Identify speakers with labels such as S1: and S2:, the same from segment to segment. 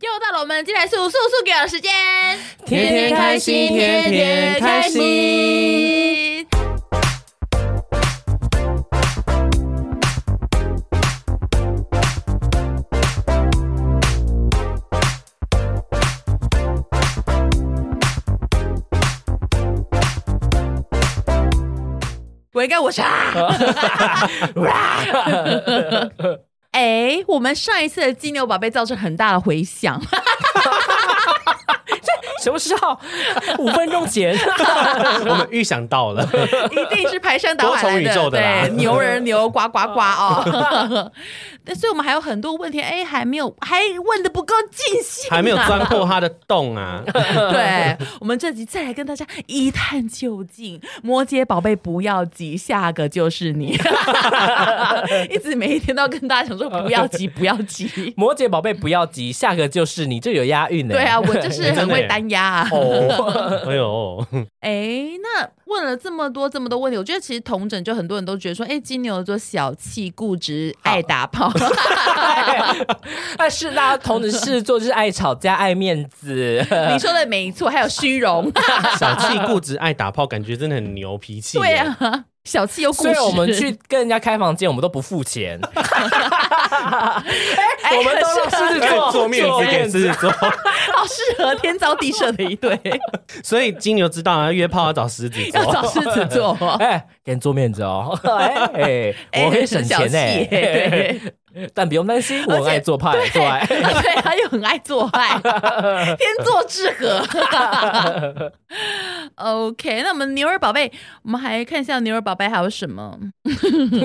S1: 又到了我们进来速速速给我的时间，
S2: 天天开心天天开心。
S1: 我应该我是啊，哎、我们上一次的金牛宝贝造成很大的回响，
S2: 什么时候？五分钟前，
S3: 我们预想到 了，
S1: 一定是排山倒海来
S3: 多重宇宙的啦
S1: 对，牛人牛呱呱呱哦。对，所以我们还有很多问题，哎、还没有，还问的不够尽兴、
S3: 还没有钻破他的洞 啊！
S1: 对，我们这集再来跟大家一探究竟。摩羯宝贝不要急，下个就是你。一直每一天都要跟大家讲说不要急，不要 急。
S2: 摩羯宝贝不要急，下个就是你，这有押韵呢、
S1: 对 啊，，我就是很会单压、啊。
S2: 哦，
S3: 哎呦，
S1: 哎，那问了这么多这么多问题，我觉得其实同诊就很多人都觉得说，哎，金牛座小气、固执、爱打炮。
S2: 但哎是大家同时视作就是爱吵架、爱面 子，
S1: 你说的没错，还有虚荣。
S3: 小气固执爱打炮，感觉真的很牛脾气。
S1: 对，啊，小气又固
S2: 所
S1: 执。
S2: 以我们去跟人家开房间，我们都不付钱。
S1: 哎，
S2: 我们都
S1: 很适合
S2: 是
S3: 在哎做面子 给自己哎做，
S1: 好适合天造地设的一对，
S3: 所以金牛知道啊，约炮要找狮子
S1: 要
S3: 座。
S1: 找狮子座。
S2: 哎，给人做面子哦，哎，哎我可以省钱呢、
S1: 哎很小气
S2: 但不用担心，我很爱做派做 爱。
S1: 对，他又很爱做爱，天作之合。OK，那我们牛儿宝贝，我们还看一下牛儿宝贝还有什么？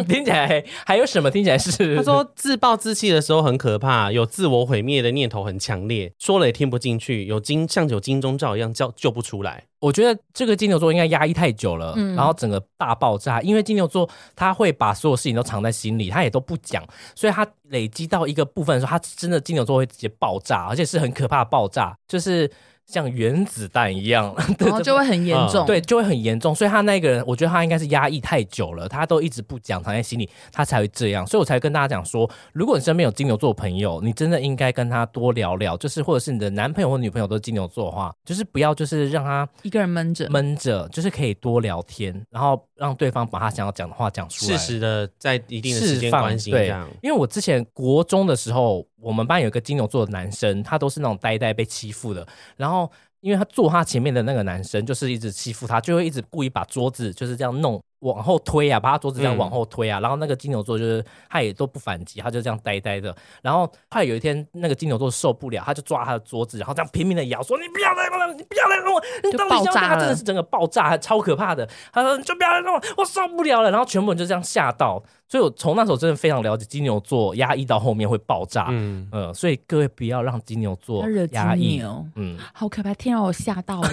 S2: 听起来还有什么？听起来是
S3: 他说自暴自弃的时候很可怕，有自我毁灭的念头很强烈，说了也听不进去，有金像有金钟罩一样叫救不出来。
S2: 我觉得这个金牛座应该压抑太久了，
S1: 嗯
S2: 然后整个大爆炸。因为金牛座他会把所有事情都藏在心里，他也都不讲，所以他累积到一个部分的时候，他真的金牛座会直接爆炸，而且是很可怕的爆炸，就是像原子弹一样，
S1: 然后就会很严重。
S3: 嗯
S2: 对，就会很严重。所以他那个人，我觉得他应该是压抑太久了，他都一直不讲，藏在心里，他才会这样。所以我才跟大家讲说，如果你身边有金牛座朋友，你真的应该跟他多聊聊，就是或者是你的男朋友或女朋友都是金牛座的话，就是不要就是让他
S1: 一个人闷着。
S2: 闷着，就是可以多聊天，然后让对方把他想要讲的话讲出
S3: 适
S2: 来。
S3: 时的在一定的时
S2: 释
S3: 间
S2: 放
S3: 关心这
S2: 对
S3: 样，，
S2: 因为我之前国中的时候，我们班有一个金牛座的男生，他都是那种呆呆被欺负的。然后，因为他坐他前面的那个男生，就是一直欺负他，就会一直故意把桌子就是这样弄往后推啊，把他桌子这样
S3: 嗯
S2: 往后推啊。然后那个金牛座就是他也都不反击，他就这样呆呆的。然后后来有一天，那个金牛座受不了，他就抓他的桌子，然后这样拼命的摇，说：“你不要来弄我，你不要来弄我，你
S1: 就
S2: 到底想要
S1: 爆炸
S2: 干嘛
S1: 了
S2: 真的是整个爆炸，超可怕的。他说：“你就不要来弄我，我受不了了。”然后全部人就这样吓到，所以我从那时候真的非常了解金牛座压抑到后面会爆炸。
S3: 嗯，
S2: 呃，所以各位不要让金牛座
S1: 他惹
S2: 压
S1: 金
S2: 抑。
S1: 牛，
S2: 嗯，
S1: 好可怕！天啊，我吓到了。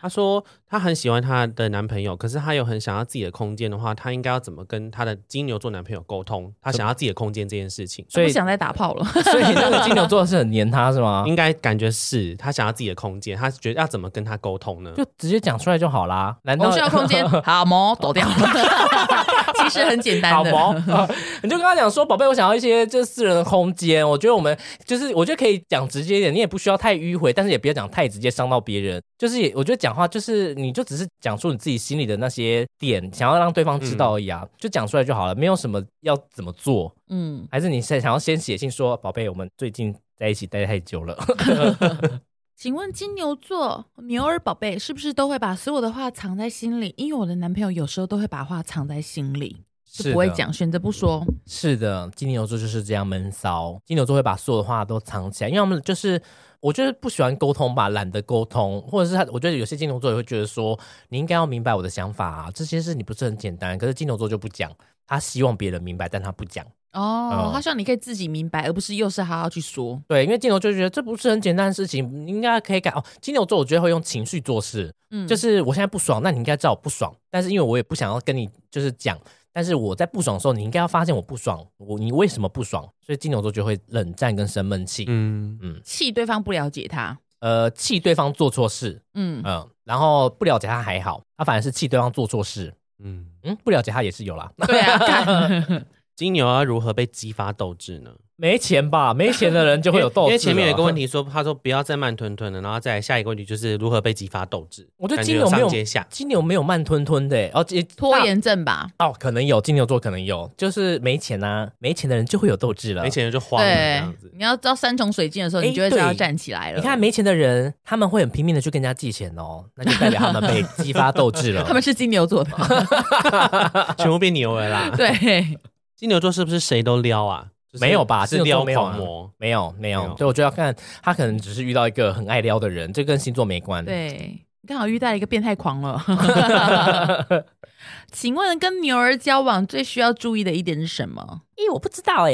S3: 她说她很喜欢她的男朋友，可是她又很想要自己的空间的话，她应该要怎么跟她的金牛座男朋友沟通？她想要自己的空间这件事情，
S2: 所
S1: 不
S2: 以
S1: 想再打炮了。
S2: 所以 那个金牛座是很黏他是吗？
S3: 应该感觉是她想要自己的空间，她觉得要怎么跟他沟通呢？
S2: 就直接讲出来就好啦。难道
S1: 我需要空间， 好毛走掉了。其实很简单
S2: 好
S1: 的，
S2: 毛， 你就跟他讲说，宝贝，我想要一些这私人的空间。我觉得我们就是，我觉得可以讲直接一点，你也不需要太迂回，但是也不要讲太直接伤到别人。就是也我觉得讲话就是，你就只是讲出你自己心里的那些点，想要让对方知道而已啊，就讲出来就好了，没有什么要怎么做。
S1: 嗯，
S2: 还是你想想要先写信说，宝贝，我们最近在一起待太久了。
S1: 请问金牛座牛儿宝贝是不是都会把所有的话藏在心里？因为我的男朋友有时候都会把话藏在心里，就不会
S2: 的
S1: 讲，选择不说。
S2: 是的，金牛座就是这样闷骚。金牛座会把所有的话都藏起来，因为他们就是我就是不喜欢沟通吧，懒得沟通，或者是他，我觉得有些金牛座也会觉得说，你应该要明白我的想法啊，这些事你不是很简单。可是金牛座就不讲，他希望别人明白，但他不讲。
S1: 哦
S2: 嗯，
S1: 他希望你可以自己明白，而不是又是他要去说。
S2: 对，因为金牛就觉得这不是很简单的事情，你应该可以改。哦，哦金牛座我觉得会用情绪做事，
S1: 嗯，
S2: 就是我现在不爽，那你应该知道我不爽，但是因为我也不想要跟你就是讲，但是我在不爽的时候，你应该要发现我不爽，我你为什么不爽？所以金牛座就会冷战跟生闷气，
S3: 嗯，
S1: 气对方不了解他。
S2: 呃，气对方做错事，
S1: 嗯，
S2: 嗯，然后不了解他还好，啊他反而是气对方做错事，
S3: 嗯，
S2: 嗯，不了解他也是有啦。
S1: 对啊，干
S3: 金牛要如何被激发斗志呢？
S2: 没钱吧？没钱的人就会有斗 志啊哦
S3: 因
S2: 了。
S3: 为前面有一个问题说，他说不要再慢吞吞了，然后再来下一个问题就是如何被激发斗志。
S2: 我觉得
S3: 感
S2: 金牛没有
S3: 上接下，
S2: 金牛没有慢吞吞的、欸，哦，这
S1: 拖延症吧？
S2: 哦，可能有金牛座可能有，就是没钱啊，没钱的人就会有斗志了。
S3: 没，钱人就慌了这
S1: 对
S3: 样子，。
S1: 你要知道山穷水尽的时候，
S2: 哎
S1: 你就会知道
S2: 对
S1: 站起来了。
S2: 你看没钱的人，他们会很拼命的去跟人家借钱 哦，那就代表他们被激发斗志了。
S1: 他们是金牛座的，
S3: 全部变牛了啦。
S1: 对，
S3: 金牛座是不是谁都撩啊？就是
S2: 没有吧
S3: 是
S2: 金牛座
S3: 撩
S2: 没有啊
S3: 狂魔。
S2: 没有没
S3: 没
S2: 有
S3: 有，
S2: 对我就要看他可能只是遇到一个很爱撩的人，这跟星座没关。，
S1: 对，刚好遇到一个变态狂了。 请问跟牛儿交往最需要注意的一点是什么？
S2: 咦，我不知
S1: 欸
S2: 道哎、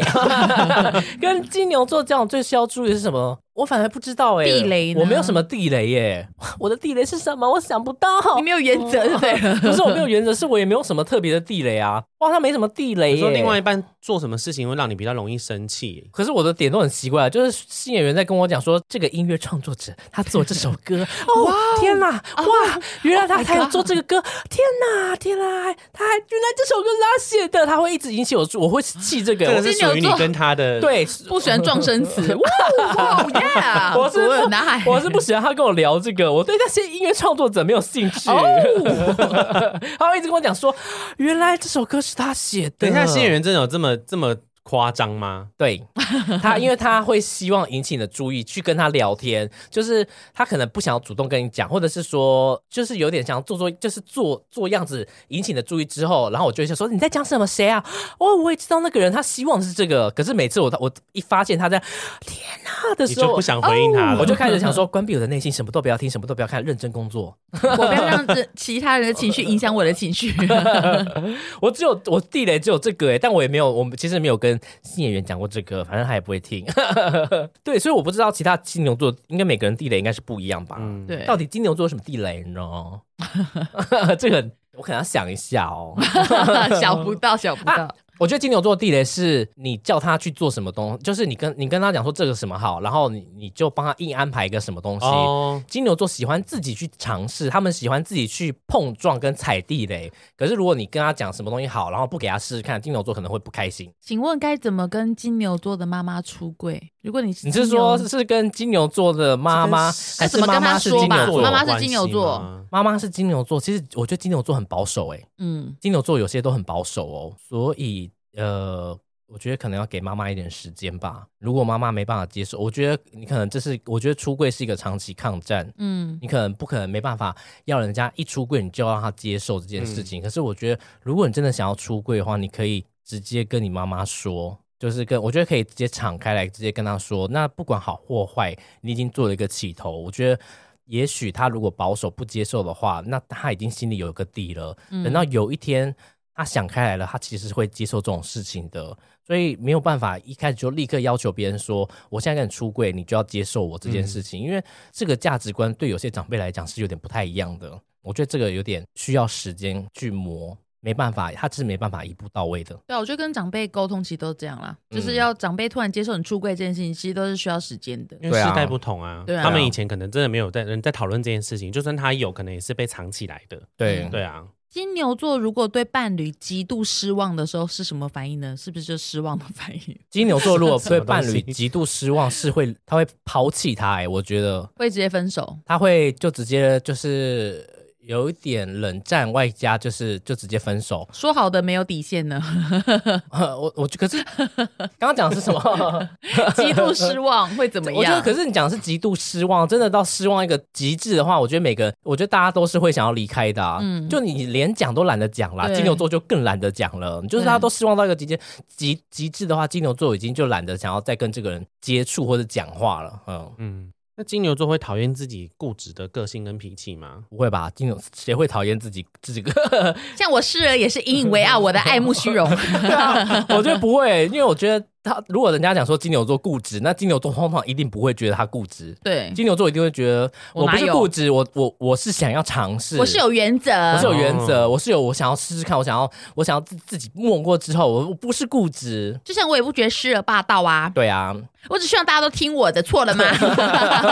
S2: 跟金牛座交往最需要注意的是什么？我反而不知道哎、
S1: 地雷呢
S2: 我没有什么地雷耶、我的地雷是什么？我想不 到。
S1: 你没有原则就对了。
S2: 不是我没有原则，是我也没有什么特别的地雷啊。哇，他没什么地雷
S3: 你
S2: 耶、
S3: 说另外一半做什么事情会让你比较容易生气？
S2: 可是我的点都很奇怪，就是新演员在跟我讲说，这个音乐创作者他做这首歌，哦天哪，哇，原来他
S1: Oh my
S2: 他有
S1: God
S2: 做这个歌，天哪，天哪，他还原来这首歌是他写的，他会一直引起我注，我会气这个，
S3: 这
S2: 我
S3: 个
S2: 是
S3: 是属于你跟他的，
S2: 对，
S1: 不喜欢撞声 词，哇哇耶！
S2: 我是不
S1: 男孩，
S2: 我 是不喜欢他跟我聊这个，我对那些音乐创作者没有兴趣。 他会一直跟我讲说，原来这首歌是他写的。
S3: 等一下，新演员真的有这么这么夸张吗？
S2: 对他，因为他会希望引起你的注意，去跟他聊天，就是他可能不想要主动跟你讲，或者是说，就是有点想要做做，就是做做样子引起你的注意之后，然后我就会想说你在讲什么？谁啊？哦，我也知道那个人，他希望的是这个，可是每次我我一发现他在天哪的
S3: 你
S2: 时
S3: 就
S2: 候哦
S3: 不。想回应他了？
S2: 我就开始想说，关闭我的内心，什么都不要听，什么都不要看，认真工作。
S1: 我不要让这其他人的情绪影响我的情绪。
S2: 我只有我地雷只有这个哎、但我也没有，我们其实没有跟新演员讲过这个，反正他也不会听。 对，所以我不知道其他金牛座，应该每个人地雷应该是不一样吧？
S3: 嗯，
S1: 对，
S2: 到底金牛座有什么地雷呢？ 这个我可能要想一下哦。
S1: 想不到，想不到。
S2: 我觉得金牛座的地雷是你叫他去做什么东就是你跟你跟他讲说这个什么好，然后你你就帮他硬安排一个什么东西。
S3: 哦，
S2: 金牛座喜欢自己去尝试，他们喜欢自己去碰撞跟踩地雷。可是如果你跟他讲什么东西好，然后不给他试试看，金牛座可能会不开心。
S1: 请问该怎么跟金牛座的妈妈出柜？如果你是
S2: 你是
S1: 金牛
S2: 说是跟金牛座的妈妈，
S3: 是
S2: 还
S1: 跟
S2: 是妈妈是金
S1: 那怎么跟他
S2: 牛
S1: 说吧
S2: 座？
S1: 妈妈是金牛座
S3: 有关系吗，
S2: 妈妈是金牛座，其实我觉得金牛座很保守、欸，
S1: 嗯，
S2: 金牛座有些都很保守哦，所以呃，我觉得可能要给妈妈一点时间吧。如果妈妈没办法接受，我觉得你可能这是，我觉得出柜是一个长期抗战，
S1: 嗯，
S2: 你可能不可能没办法要人家一出柜你就要让他接受这件事情。可是我觉得，如果你真的想要出柜的话，你可以直接跟你妈妈说，就是跟我觉得可以直接敞开来，直接跟她说。那不管好或坏，你已经做了一个起头，我觉得。也许他如果保守不接受的话，那他已经心里有一个底了。等到有一天他想开来了，他其实是会接受这种事情的，所以没有办法一开始就立刻要求别人说，我现在跟你出柜，你就要接受我这件
S3: 嗯
S2: 事情，因为这个价值观对有些长辈来讲是有点不太一样的。我觉得这个有点需要时间去磨，没办法，他是没办法一步到位的。
S1: 对啊，我觉得跟长辈沟通其实都这样啦，
S2: 嗯
S1: 就是要长辈突然接受你出柜这件事情，其实都是需要时间的。
S3: 因为
S2: 对啊
S3: 世代不同啊，
S1: 对啊
S3: 他们以前可能真的没有在人在讨论这件事情，就算他有可能也是被藏起来的。
S2: 对，
S3: 对啊，
S1: 金牛座如果对伴侣极度失望的时候是什么反应呢？是不是就失望的反应？
S2: 金牛座如 果对
S3: 么东
S2: 伴
S3: 西
S2: 侣极度失望，是会他会抛弃他、欸，我觉得
S1: 会直接分手？
S2: 他会就直接就是有一点冷战，外加就是就直接分手。
S1: 说好的没有底线呢？
S2: 我我可是刚刚讲的是什么？
S1: 极度失望会怎么样？
S2: 我觉得，可是你讲的是极度失望，真的到失望一个极致的话，我觉得每个，我觉得大家都是会想要离开的、啊。
S1: 嗯
S2: 就你连讲都懒得讲啦，
S1: 对
S2: 金牛座就更懒得讲了。就是大家都失望到一个极致，极极致的话，金牛座已经就懒得想要再跟这个人接触或者讲话了。嗯，
S3: 嗯，那金牛座会讨厌自己固执的个性跟脾气吗？
S2: 不会吧？金牛谁会讨厌自己这个？
S1: 像我室友也是引以为傲，我的爱慕虚 荣。啊
S2: 我觉得不会，因为我觉得他如果人家讲说金牛座固执，那金牛座通常一定不会觉得他固执。
S1: 对，
S2: 金牛座一定会觉得
S1: 嗯我
S2: 我
S1: 哪
S2: 不是
S1: 有
S2: 固执，我我我是想要尝试，
S1: 我是有原则，
S2: 我是有
S3: 哦
S2: 原则，我是有我想要试试看，我想要我想要自自己摸过之后，我我不是固执。
S1: 就像我也不觉得失而霸道啊，
S2: 对啊，
S1: 我只希望大家都听我的，错 了吗？啊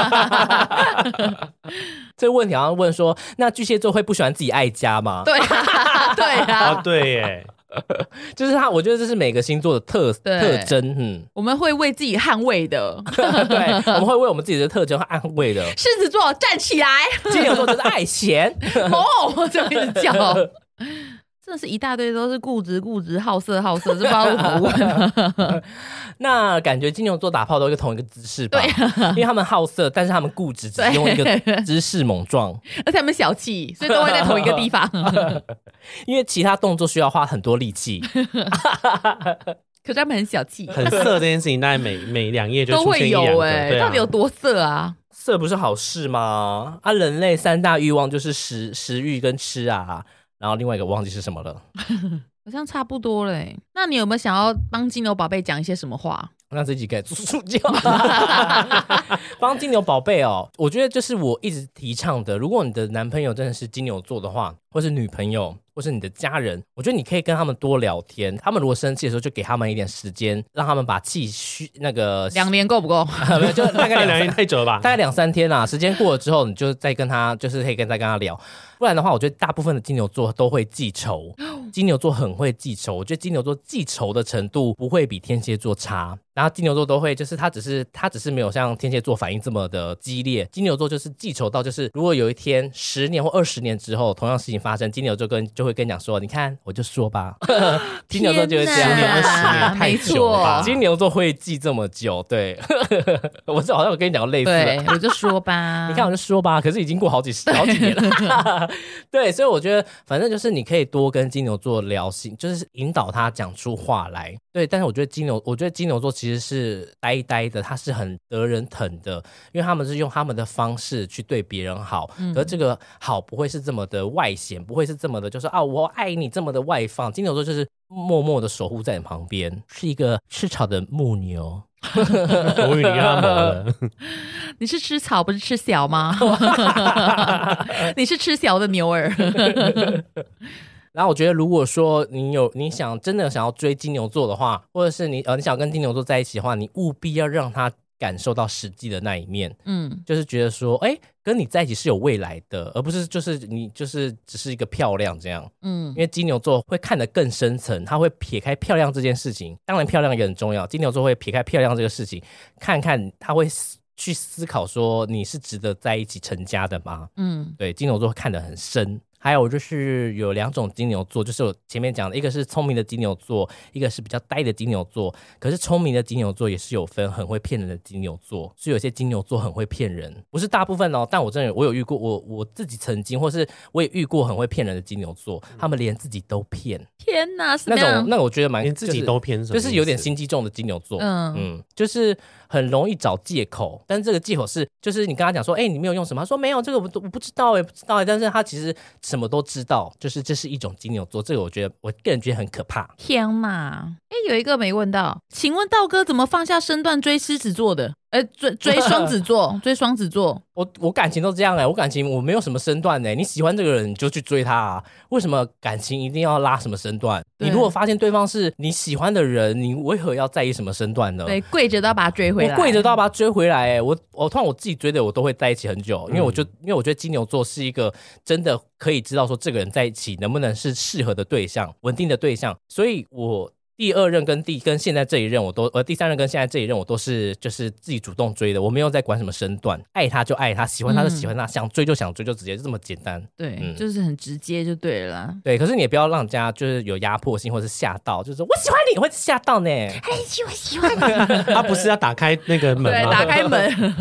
S2: 这个问题好像问说，那巨蟹座会不喜欢自己爱家吗？
S1: 对啊，对啊，
S3: 哦对耶，
S2: 就是他，我觉得这是每个星座的特
S1: 对
S2: 特征，嗯，
S1: 我们会为自己捍卫的。
S2: 对，我们会为我们自己的特征和安慰的。
S1: 狮子座站起来，
S2: 金牛座就是爱钱，
S1: 哦， 这样一直叫，真的是一大堆都是固执、固执、好色、好色，这不知道怎么问。
S2: 那感觉金牛座打炮都是同一个姿势吧？因为他们好色，但是他们固执，只
S1: 对
S2: 用一个姿势猛撞。
S1: 而且他们小气，所以都会在同一个地 方。
S2: 因为其他动作需要花很多力气，
S1: 可是他们很小气，
S3: 很色这件事情，大概每每两页就
S1: 都
S3: 出现
S1: 会
S3: 一两
S1: 有
S3: 个，
S1: 哎、
S3: 对啊
S1: 到底有多色啊？
S2: 色不是好事吗？啊，人类三大欲望就是食食欲跟吃啊，然后另外一个忘记是什么了。
S1: 好像差不多嘞、那你有没有想要帮金牛宝贝讲一些什么话？
S2: 让自己给做助教， 帮金牛宝贝哦。我觉得这是我一直提倡的。如果你的男朋友真的是金牛座的话，或是女朋友，或是你的家人，我觉得你可以跟他们多聊天。他们如果生气的时候，就给他们一点时间，让他们把气虚那个
S1: 两年够不 够？
S2: 没 有就大概
S3: 大概两
S2: 两
S3: 页太久了吧
S2: 大？概两三天啦、时间过了之后，你就再跟他，就是可以跟再跟他聊。不然的话，我觉得大部分的金牛座都会记 仇，金牛座很会记仇。我觉得金牛座记仇的程度不会比天蝎座差。然后金牛座都会，就是他只是他只是没有像天蝎座反应这么的激烈。金牛座就是记仇到，就是如果有一天十年或二十年之后，同样事情发生，金牛座跟就会跟你讲说：“你看，我就说吧。”金牛座就会这样，
S1: 天哪
S3: 10年20年
S1: 没
S3: 太久了吧
S1: 错，
S2: 金牛座会记这么久，对， 我是好像有跟你讲过类似的
S1: 对，，我就说 吧，
S2: 你看我就说吧，可是已经过好几十好几年了， 对，所以我觉得反正就是你可以多跟金牛座聊心，就是引导他讲出话来。对，但是我觉得金牛，我觉得金牛座其实是呆呆的，他是很得人疼的，因为他们是用他们的方式去对别人好，而这个好不会是这么的外显，不会是这么的，就是啊我爱你这么的外放。金牛座就是默默的守护在你旁边，是一个吃草的木牛。
S3: 我以为你让他谋 了，
S1: 你是吃草不是吃小 吗？你是吃小的牛儿，
S2: 然后我觉得，如果说你有你想真的想要追金牛座的话，或者是你呃你想跟金牛座在一起的话，你务必要让他感受到实际的那一面，
S1: 嗯，
S2: 就是觉得说，哎，跟你在一起是有未来的，而不是就是你就是只是一个漂亮这样。
S1: 嗯
S2: 因，为金牛座会看得更深层，他会撇开漂亮这件事情，当然漂亮也很重要。金牛座会撇开漂亮这个事情，看看他会思去思考说你是值得在一起成家的吗？
S1: 嗯，
S2: 对，金牛座看得很深。还有就是有两种金牛座，就是我前面讲的，一个是聪明的金牛座，一个是比较呆的金牛座。可是聪明的金牛座也是有分很会骗人的金牛座，所以有些金牛座很会骗人，不是大部分哦。但我真的有我有遇过，我我自己曾经，或是我也遇过很会骗人的金牛座，他们连自己都骗，
S1: 天哪，什
S2: 那
S1: 么样
S2: 种？那我觉得蛮
S3: 连自
S2: 就
S3: 己
S2: 是
S3: 都偏什么
S2: 就
S3: 意思，
S2: 是有点心机重的金牛座，嗯
S1: 嗯
S2: 就是很容易找借口，但是这个借口是，就是你跟他讲说，哎、你没有用什么，他说没有，这个我都我不知道、哎，不知道、哎，但是他其实什么都知道，就是这是一种金牛座，这个我觉得我个人觉得很可怕。
S1: 天哪！哎，有一个没问到，请问道哥怎么放下身段追狮子座的？呃，追追双子座，追双子座，
S2: 我我感情都这样哎、我感情我没有什么身段哎、你喜欢这个人你就去追他啊，为什么感情一定要拉什么身段？
S1: 对
S2: 你如果发现对方是你喜欢的人，你为何要在意什么身段呢？
S1: 对，跪着都要把他追回来，
S2: 我呃跪着都要把他追回来、欸。我我通常我自己追的，我都会在一起很
S3: 嗯
S2: 久，因为我就、因为我觉得金牛座是一个真的可以知道说这个人在一起能不能是适合的对象、稳定的对象，所以我。第二任跟第跟现在这一任我都呃第三任跟现在这一任我都是就是自己主动追的，我没有在管什么身段，爱他就爱他，喜欢他就喜
S3: 嗯
S2: 欢他，想追就想追，就直接就这么简单。
S1: 对，
S2: 嗯
S1: 就是很直接就对了啦。
S2: 对，可是你也不要让人家就是有压迫性或是吓到，就是说我喜欢你会吓到呢。
S3: 他不是要打开那个门
S1: 对，
S3: 吗
S1: 打？开门，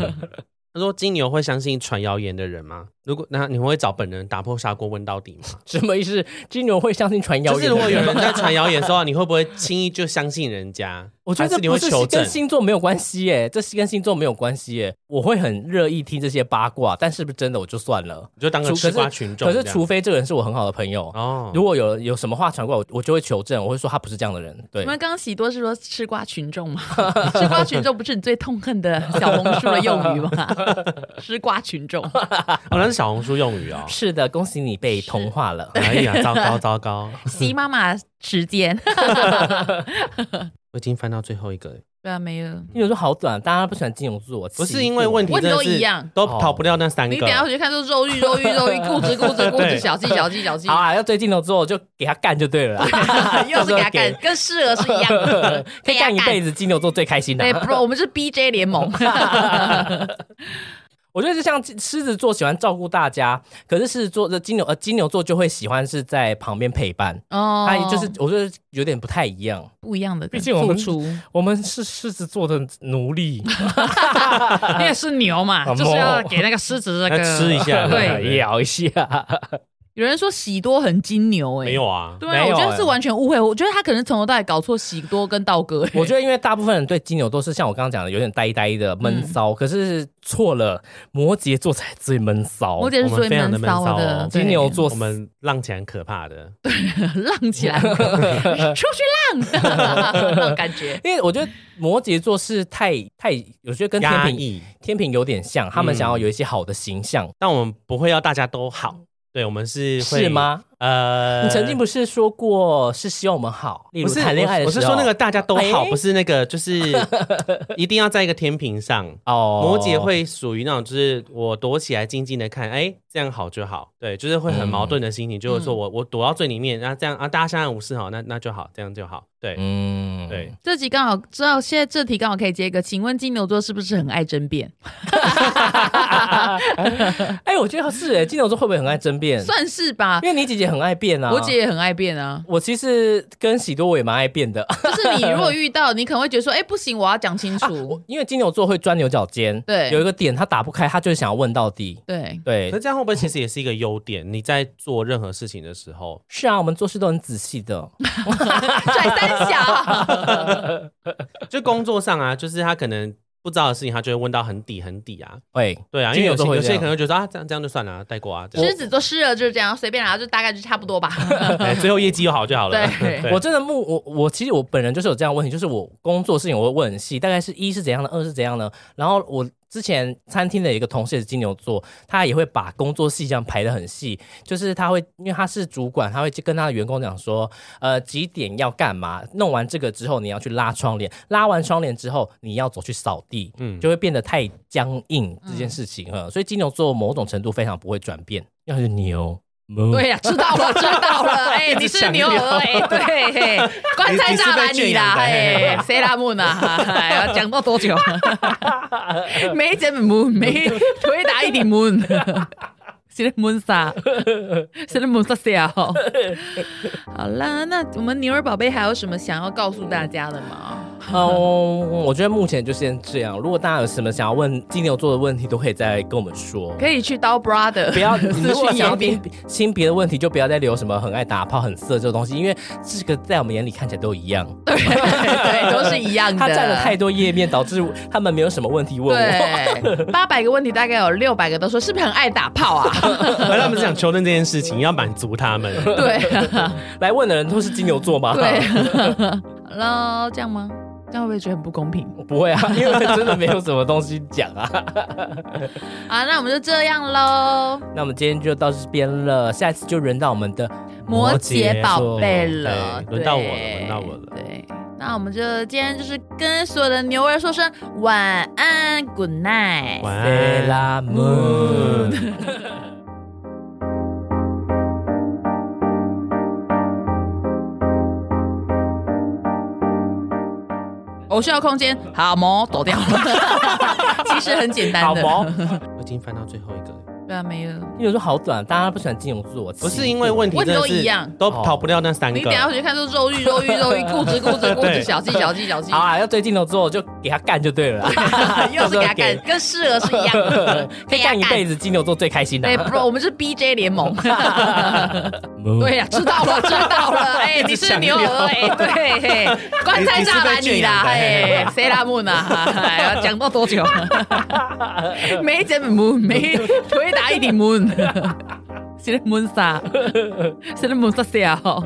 S3: 他说金牛会相信传谣言的人吗？如果那你会找本人打破砂锅问到底吗？
S2: 什么意思？金牛会相信传谣
S3: 就
S2: 言的
S3: 是
S2: 人
S3: 如
S2: 吗？
S3: 果有人在传谣言的时候，你会不会轻易就相信人 家？
S2: 我觉得
S3: 还
S2: 这
S3: 是你
S2: 不
S3: 会
S2: 是
S3: 求证
S2: 跟。星座没有关系耶，这是跟星座没有关系耶。我会很热议听这些八卦，但是不是真的我就算了。
S3: 你就当个
S2: 除
S3: 吃瓜
S2: 可是
S3: 群众
S2: 可
S3: 这
S2: 是
S3: 样。
S2: 除非这个人是我很好的朋友，
S3: 哦，
S2: 如果有有什么话传过来，我我就会求证，我会说他不是这样的人。对。
S1: 你，们刚刚喜多是说吃瓜群众吗？吃瓜群众不是你最痛恨的小红书的用语吗？吃瓜群众，
S3: 哦，那是小红书用语哦
S2: 是的，恭喜你被同化了。
S3: 哎呀，糟 糕糟糕！
S1: 西妈妈时间，
S3: 我已经翻到最后一个了，
S1: 对啊，没了。
S2: 金牛座好短，大家不喜欢金牛座，
S3: 不是因为问题
S1: 问
S3: 真
S1: 题
S3: 的
S1: 都
S3: 是
S1: 一样
S3: 都逃不掉那三
S1: 你等一下
S3: 个。
S1: 回去看，就是肉欲、肉欲、肉欲，固执、固执、固执，
S3: 对
S1: 小气、小气、小气
S2: 好，啊，要追金牛座就给他干就对了啦，
S1: 又是给他干，跟适儿是一样的，
S2: 可以干一辈
S1: 子。
S2: 子，啊金牛座最开心的、
S1: 啊对，bro，我们是 BJ 联盟，
S2: 我觉得就像狮子座喜欢照顾大家，可是狮子座的金牛呃金牛座就会喜欢是在旁边陪伴，
S1: 哦
S2: 他就是我觉得有点不太一样。
S1: 不一样的，
S4: 毕竟我们
S1: 付出，
S4: 我们是狮子座的奴隶，
S5: 你也是牛嘛，
S2: 啊
S5: 就是要
S2: 猫
S5: 给那个狮子那
S3: 要
S5: 个
S3: 吃一下
S5: 对，
S2: 咬一下，
S1: 有人说喜多很金牛，哎，
S3: 没有啊，
S1: 对啊，
S2: 没
S1: 我
S2: 有
S1: 觉得
S2: 欸
S1: 是完全误会。我觉得他可能从头到尾搞错喜多跟道哥。哎
S2: 我觉得因为大部分人对金牛都是像我刚刚讲的有点呆呆的
S1: 嗯
S2: 闷骚，可是错了，摩羯座才最闷骚。
S1: 摩羯是最闷骚
S3: 我们非常的闷
S1: 的
S3: 骚哦，
S1: 对
S2: 金牛座
S3: 我们浪起来很可怕的。
S1: 浪起来，出去浪，那种感觉。
S2: 因为我觉得摩羯座是太太，我觉得跟天
S3: 压
S2: 平
S3: 抑，嗯
S2: 天平有点像，他们想要有一些好的形象，
S3: 但我们不会要大家都好。对，我们是会
S2: 是？吗？
S3: 呃，
S2: 你曾经不是说过是希望我们好，例
S3: 不
S2: 如
S3: 是
S2: 谈恋爱的
S3: 我
S2: 时
S3: 是
S2: 候，
S3: 说那个大家都好，
S2: 哎
S3: 不是那个就是 一定要在一个天平上。
S2: 哦，
S3: 摩羯会属于那种，就是我躲起来静静的看，哎，这样好就好，对，就是会很矛盾的心情，
S2: 嗯
S3: 就是说我我躲到最里面，然后这样啊，大家相安无事好，那那就好，这样就好，对、
S2: 嗯
S3: 对，，
S1: 这集刚好知道，现在这题刚好可以接一个。请问金牛座是不是很爱争辩？
S2: 哎、我觉得是哎，金牛座会不会很爱争辩？
S1: 算是吧
S2: 因，为你姐姐很爱变啊。
S1: 我姐，也很爱辩 啊。
S2: 我其实跟喜多我也蛮爱变的，
S1: 就是你如果遇到，你可能会觉得说，哎，不行，我要讲清楚。
S2: 因为金牛座会钻牛角尖，
S1: 对
S2: 有一个点他打不开，他就是想要问到底。
S1: 对，
S2: 对
S3: 可是，这样会不会其实也是一个优点？你在做任何事情的时候，
S2: 是啊，我们做事都很仔细的。
S1: 拽三小，
S3: 就工作上啊，就是他可能不知道的事情，他就会问到很底很底啊，
S2: 喂，
S3: 对啊，因
S2: 金
S3: 为
S2: 牛
S3: 有些
S2: 座会
S3: 有
S2: 这
S3: 些
S2: 样
S3: 可能会觉得啊，这样这样就算了啊、带过啊，这样
S1: 狮子座狮了就是这样，随便啦，就大概就差不多吧。
S3: 哎最后业绩又好就好了。
S1: 对
S2: 我真的目我我其实我本人就是有这样的问题，就是我工作事情我会问很细，大概是一是怎样的，二是怎样的。然后我之前餐厅的一个同事也是金牛座，他也会把工作细项排得很细，就是他会因为他是主管，他会去跟他的员工讲说，呃几点要干嘛，弄完这个之后你要去拉窗帘，拉完窗帘之后你要走去扫地，
S3: 嗯
S2: 就会变得太僵硬这件事情哈、所以金牛座某种程度非常不会转变，要是牛。母
S1: 对呀，知道 了，知道了。哎，你是牛儿，哎，对，嘿棺材炸
S3: 你
S1: 烂
S3: 你是被
S1: 你
S3: 圈养
S1: 啦，
S3: 的
S1: 哎， 谁拉木呢？哎呀，讲到多 久？没怎么 moon，没回答一点 moon。谁的 moon 啥？谁的 moon 啥笑？ 好啦，那我们牛儿宝贝还有什么想要告诉大家的吗？
S2: 嗯，我觉得目前就先这样。如果大家有什么想要问金牛座的问题，都可以再跟我 们说。
S1: 可以去刀 brother，
S2: 不 要，
S1: 私
S2: 如果
S1: 讯
S2: 想要
S1: 严
S2: 听
S1: 斌。
S2: 性别的问题，就不要再留什么很爱打炮、很色这种东西，因为这个在我们眼里看起来都一样。
S1: 对 对，都是一样的。
S2: 他占了太多页面，导致他们没有什么问题问我。
S1: 对，八百个问题大概有六百个都说是不是很爱打炮 啊？
S3: 而他们是想求证这件事情，要满足他们。
S1: 对
S2: 来问的人都是金牛座吗？
S1: 对，，好了，这样吗？这样会不会觉得很不公平？
S2: 不会啊，因为真的没有什么东西讲啊。
S1: 啊，那我们就这样喽，
S2: 那我们今天就到这边了，下一次就轮到我们的
S1: 摩羯宝贝
S2: 摩羯座
S1: 了，
S3: 对轮到我了
S1: 对
S3: 轮到我了
S1: 对，那我们就今天就是跟所有的牛儿说声晚安，Good night。
S3: 晚
S2: 贝
S3: 安。
S2: 拉姆。
S1: 哦我需要空间，好毛走掉 了，其实很简单
S2: 好
S1: 的，
S2: 毛，
S3: 我已经翻到最后一个了，
S1: 对啊，没了。
S2: 金牛座好短，大家不喜欢金牛座，
S3: 不是因为问题
S1: 问
S3: 真
S1: 题
S3: 的
S1: 都
S3: 是
S1: 一样
S3: 都逃不掉那三个。
S1: 你等一下回去看，说肉欲肉欲肉欲，固执固执固执，
S3: 对
S1: 小气小气小气
S2: 好，啊，要对镜头做就给他干就对了啦，
S1: 啊又是给他干，跟适儿是一样的，
S2: 可以干一辈
S1: 子。
S2: 子，金牛座最开心的
S1: 对。，bro，我们 是 BJ 联盟。
S2: 嗯
S1: 对呀，知道了，知道了。哎，你是牛儿，哎，对，嘿，棺材炸完你啦，哎，谁拉木呢？哎，讲到多久？没怎么 moon，没回答一点 moon，谁的 moon 啥？谁的 moon 啥笑？